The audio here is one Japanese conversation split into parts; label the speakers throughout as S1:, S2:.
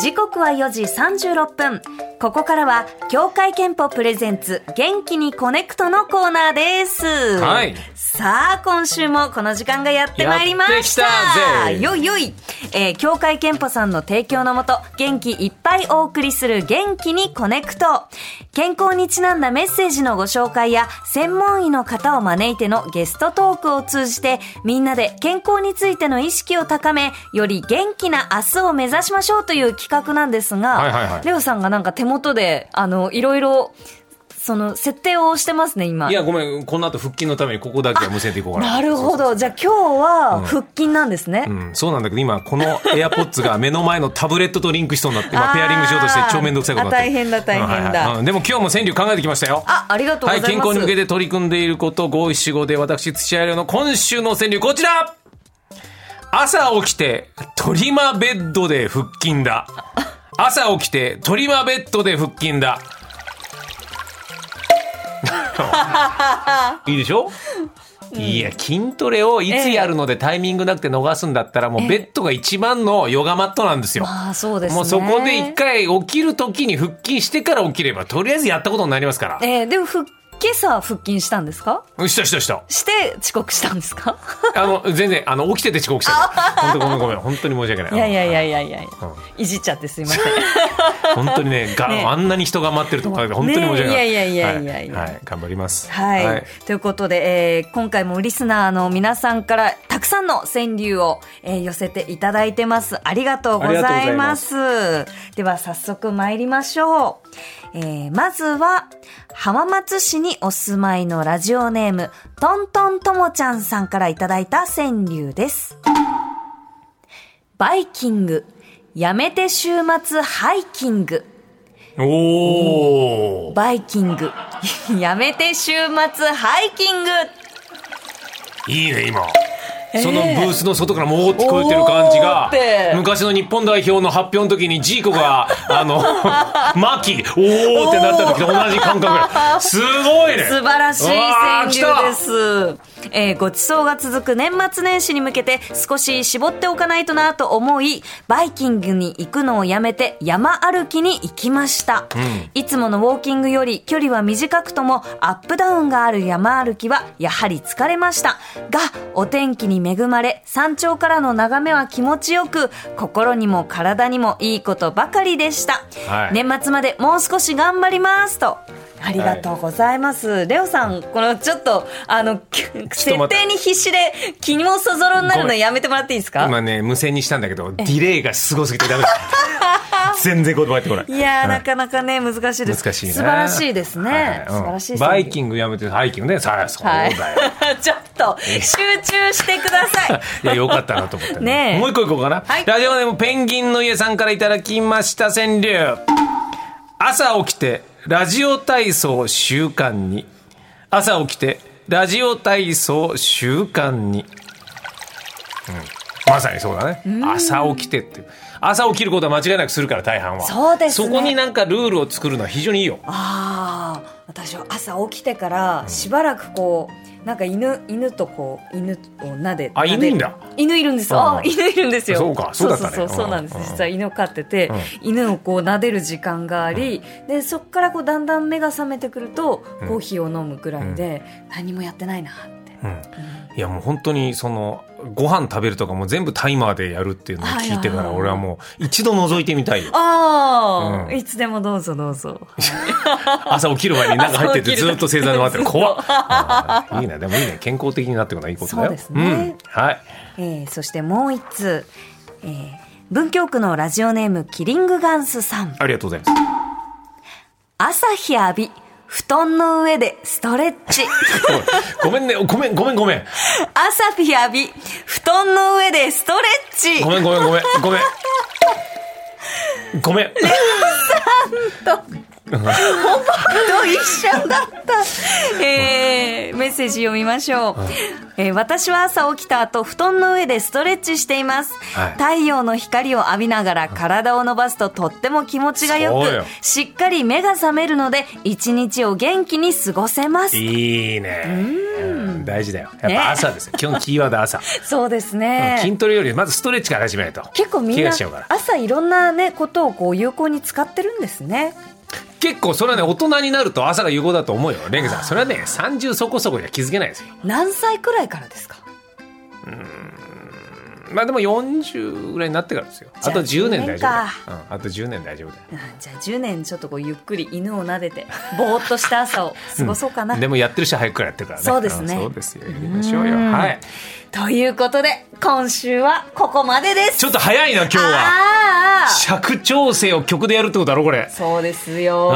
S1: 時刻は4時36分。ここからは、協会憲法プレゼンツ、元気にコネクトのコーナーです。
S2: はい
S1: さあ、今週もこの時間がやってまいりました。
S2: やってきたぜ
S1: よいよい。えー、協会憲法さんの提供のもと、元気いっぱいお送りする元気にコネクト。健康にちなんだメッセージのご紹介や、専門医の方を招いてのゲストトークを通じて、みんなで健康についての意識を高め、より元気な明日を目指しましょうという企画なんですが、
S2: はいはいはい
S1: レオさんがなんか手元で、あの、いろいろ、その、設定をしてますね、今。
S2: いや、ごめん、この後腹筋のためにここだけは無線でいこうかな。
S1: なるほど。じゃあ今日は腹筋なんですね。
S2: うん、そうなんだけど今この AirPods が目の前のタブレットとリンクしそうになって今ペアリングしようとして超面倒くさいことになって
S1: あ大
S2: る
S1: 変だ大変だ
S2: うんはいはいうんでも今日も川柳考えてきましたよ
S1: あ、ありがとうござ
S2: はいい
S1: ます。
S2: 健康に向けて取り組んでいること五七五で私土屋亮の今週の川柳こちら朝起きてトリマベッドで腹筋だ朝起きてトリマベッドで腹筋だ いいでしょいや筋トレをいつやるのでタイミングなくて逃すんだったらもうベッドが一番のヨガマットなんですよ。
S1: ああ、そうですね。
S2: もうそこで一。回起きる時に腹筋してから起きればとりあえずやったことになりますから。
S1: えー、でも、ふ、今朝腹筋したんですか
S2: うんしたしたした。
S1: して遅刻したんですか
S2: あの、全然、あの、起きてて遅刻してた。本当ごめんごめん。本当に申し訳ない。
S1: いやいやいやいやいや、
S2: ん
S1: いじっちゃってすいません。
S2: 本当にね、が、
S1: ね
S2: あんなに人が待ってると思わなくて、本当に申し訳ない。
S1: ねいやいやいやいやいや
S2: はい、はい頑張ります。
S1: はい、ということで、えー今回もリスナーの皆さんからたくさんの川柳を、えー寄せていただいてます。ありがとうございます。では早速参りましょう。えーまずは、浜松市にお住まいのラジオネーム、トントンともちゃんさんからいただいた川柳です。バイキング、やめて週末ハイキング。
S2: おー。
S1: バイキング。 やめて週末ハイキング。
S2: いいね、今。
S1: ええ
S2: そのブースの外からもおーって聞こえてる感じ
S1: おーっ
S2: が
S1: て、
S2: 昔の日本代表の発表の時にジー コが、あの、マキ、おーってなった時と同じ感覚。すごいね。
S1: 素晴らしいう
S2: わ
S1: 川
S2: ー来
S1: 柳
S2: た
S1: です。えーごちそうが続く年末年始に向けて少し絞っておかないとなと思い、バイキングに行くのをやめて山歩きに行きました。いつものウォーキングより距離は短くともアップダウンがある山歩きはやはり疲れました。が、お天気に恵まれ、山頂からの眺めは気持ちよく、心にも体にもいいことばかりでした。
S2: はい
S1: 年末までもう少し頑張りますと。ありがとうございます。レオさん、このちょっと、あの、き設
S2: ちょっと待って
S1: 定に必死で気にもそぞろになる
S2: ご
S1: の
S2: めん
S1: やめてもらっていいですか
S2: 今ね、無線にしたんだけど、ディレイがすごすぎて ダメだった。全然言葉入ってこない。
S1: いやー、
S2: はい
S1: なかなかね、難しいです。
S2: 難しいね
S1: 素晴らしいですね。
S2: はいはいうん
S1: 素晴らしい。
S2: バイキングやめてハイキングねさあそうだ
S1: は
S2: よ
S1: い、。 ちょっと、集中してください。
S2: いやよかったなと思って
S1: ねえ
S2: もう一個いこうかな、
S1: はい
S2: ラジオネームペンギンの家さんからいただきました川柳朝起きてラジオ体操習慣に朝起きてラジオ体操習慣に、うん、まさにそうだね朝起きてっていう朝起きることは間違いなくするから大半は
S1: そうですね
S2: そこになんかルールを作るのは非常にいいよ
S1: ああ、私は朝起きてから、しばらくこう、なんか犬、犬とこう、犬を撫で。
S2: あ
S1: 撫で
S2: 犬いんだ。
S1: 犬いるんです
S2: うん
S1: よ。あ、犬いるんですよ。
S2: そうかそうだったね
S1: そうそうそう
S2: うん
S1: なんです。
S2: うん
S1: 実は犬を飼ってて、犬をこう撫でる時間があり、で、そっからこうだんだん目が覚めてくると、コーヒーを飲むくらいで、何もやってないなって。
S2: うんいやもう本当にそのご飯食べるとかも全部タイマーでやるっていうのを聞いてか
S1: はいはいは
S2: ら
S1: い
S2: 俺はもう一度覗いてみた いよ
S1: ああ、
S2: うん
S1: いつでもどうぞどう ぞ。
S2: 朝起きる前に何か入ってて
S1: 朝起きる
S2: ずっと正座で待ってる怖っあーいいねでもいいね健康的になってくのはいいことだよ
S1: そうですね
S2: うん、はい
S1: えーそしてもう一通、えー文京区のラジオネームキリングガンスさん。
S2: ありがとうございます
S1: 朝日浴び、布団の上でストレッ チ。
S2: ごめんねごめんごめんごめん
S1: 朝日浴び、布団の上でストレッチ。
S2: ごめんごめんごめんごめんごめん
S1: と一緒だった。えー、メッセージ読みましょう。えー私は朝起きた後、布団の上でストレッチしています。
S2: はい
S1: 太陽の光を浴びながら体を伸ばすととっても気持ちがよ
S2: そうよ
S1: く、しっかり目が覚めるので、一日を元気に過ごせます。
S2: いいねうん大事だよ。やっぱ朝ですよ。基本キーワード 朝。
S1: そうです
S2: うん
S1: ね。
S2: 筋トレよりまずストレッチから始めないと。
S1: 結構みん
S2: 怪
S1: な
S2: 我しちゃうから。
S1: 朝いろんなねことをこう有効に使ってるんですね。
S2: 結構それはね大人になると朝が有効だと思うよ。レンゲさんそれはね30そこそこには気づけないですよ。
S1: 何歳くらいからですか。
S2: まあでも40ぐらいになってからですよ。あ
S1: じゃあ
S2: と10年
S1: 10年
S2: 大丈夫だ
S1: か
S2: よ。うん、あと10年大丈夫だよ。
S1: あじゃあ10年ちょっとこうゆっくり犬を撫でてぼーっとした朝を過ごそうかな。
S2: でもやってる人は早くからやってるからね。
S1: そうですね
S2: んそうですよ。やりましょうよ。
S1: うん
S2: はい。
S1: ということで今週はここまでです。
S2: ちょっと早いな今日は。
S1: あー
S2: 尺調整を曲でやるってことだろこれ。
S1: そうですよ、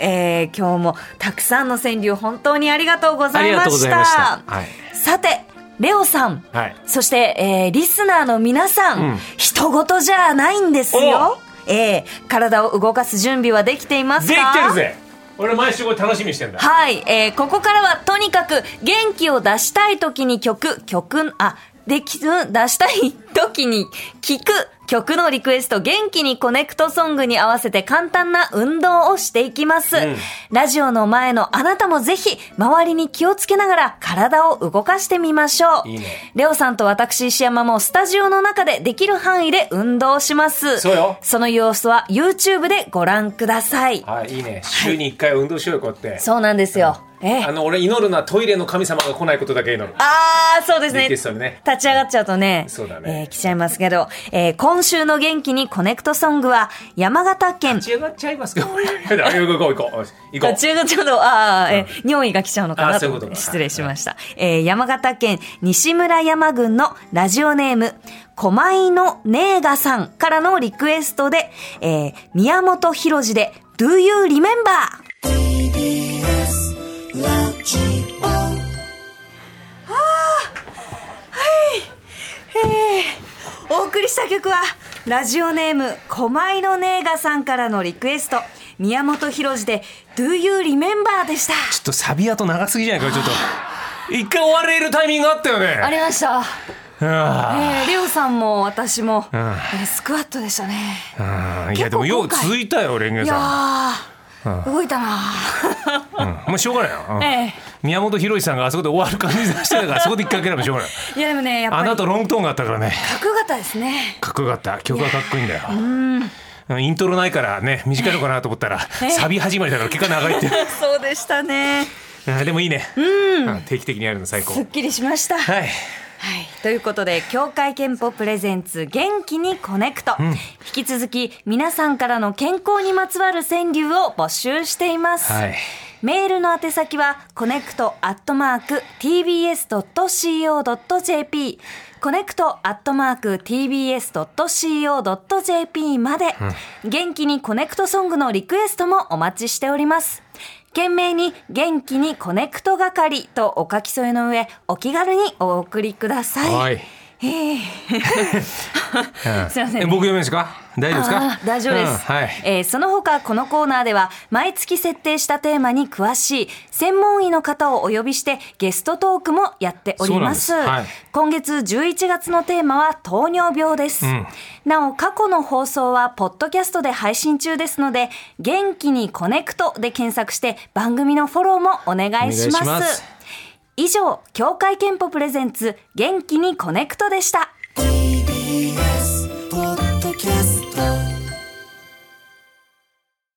S1: えー今日もたくさんの川柳本当にありがとうご
S2: あ
S1: ざ
S2: り
S1: い
S2: が
S1: ま
S2: とうご
S1: し
S2: ざいました
S1: た。
S2: はい。
S1: さてレオさん
S2: はい。
S1: そして、えーリスナーの皆さん、
S2: うん
S1: 人事じゃないんですよ。えー体を動かす準備はできています
S2: で
S1: か
S2: きてるぜ。俺毎週これ楽しみにしてんだ。
S1: はい、えーここからはとにかく元気を出したい時に曲、曲、あ、でき、うん出したい時に聞く曲のリクエスト、元気にコネクトソングに合わせて簡単な運動をしていきます。
S2: ん
S1: ラジオの前のあなたもぜひ、周りに気をつけながら体を動かしてみましょう。
S2: いいね
S1: レオさんと私、石山もスタジオの中でできる範囲で運動します。
S2: そうよ
S1: その様子は YouTube でご覧ください。
S2: はい、いいね。週に1回運動しようよ、こうやって。
S1: そうなんですよ。ええ
S2: あの、俺祈るのはトイレの神様が来ないことだけ祈る。
S1: ああ、そうですね。
S2: リクエス
S1: 立
S2: トにね。
S1: ち上がっちゃうとね、
S2: そうだね
S1: えー来ちゃいますけど、えー今週の元気にコネクトソングは、山形県、
S2: 立ち上がっ ちゃいますけど。だ行こう行こう行こう。行こ
S1: あ
S2: う。
S1: 中がちょうど、ああ、えー尿意が来ちゃうのか
S2: あ
S1: な
S2: ーそう
S1: と
S2: い
S1: 思
S2: うこ
S1: っ
S2: と
S1: て
S2: か
S1: 失礼しました。えー山形県西村山郡のラジオネーム、狛犬のネーガさんからのリクエストで、えー宮本浩次で、Do You Remember?
S3: Love
S1: お送りした曲はラジオネーム狛犬のネーガさんからのリクエスト宮本浩次で「Do You Remember」でした
S2: ちょっとサビと長すぎじゃないか、ちょっと。 一回終われるタイミングあったよね。
S1: ありました、
S2: あ
S1: えー、レオさんも私も、
S2: ん
S1: えースクワットでしたね
S2: あいや、でもよう続いたよ、レンゲ
S1: い
S2: さ
S1: やー動いたな、
S2: ん。うんもうしょうがないよ。うん
S1: え
S2: 宮本浩次さんがあそこで終わる感じでして たから、そこで一回諦めしょうがない。
S1: えいやでもねやっぱ
S2: あ
S1: り
S2: の後ロングトーンがあったからね。
S1: 角型ですね
S2: かっこよかった曲がかっこいいんだようんイントロないからね短いのかなと思ったらサビ始まりだから結果長 いって
S1: そうでしたね
S2: あでもいいねうん定期的にやるの最高
S1: すっきりしました
S2: はい
S1: はい、ということで協会憲法プレゼンツ元気にコネクト、引き続き皆さんからの健康にまつわる川柳を募集しています、
S2: はい
S1: メールの宛先はコネクトアットマーク tbs.co.jp コネクトアットマーク tbs.co.jp まで、元気にコネクトソングのリクエストもお待ちしております懸命に元気にコネクト係とお書き添えの上お気軽にお送りください、
S2: はい
S1: ええ
S2: うん
S1: すいません
S2: え僕読めですか大丈夫です
S1: あ
S2: か
S1: ー大丈夫です、
S2: うんはい
S1: えーその他このコーナーでは毎月設定したテーマに詳しい専門医の方をお呼びしてゲストトークもやっております
S2: そうなんですはい
S1: 今月11月のテーマは糖尿病です、
S2: ん
S1: なお過去の放送はポッドキャストで配信中ですので「元気にコネクト」で検索して番組のフォローもお願いします
S2: お願いします
S1: 以上協会憲法プレゼンツ元気にコネクトでした
S3: TBS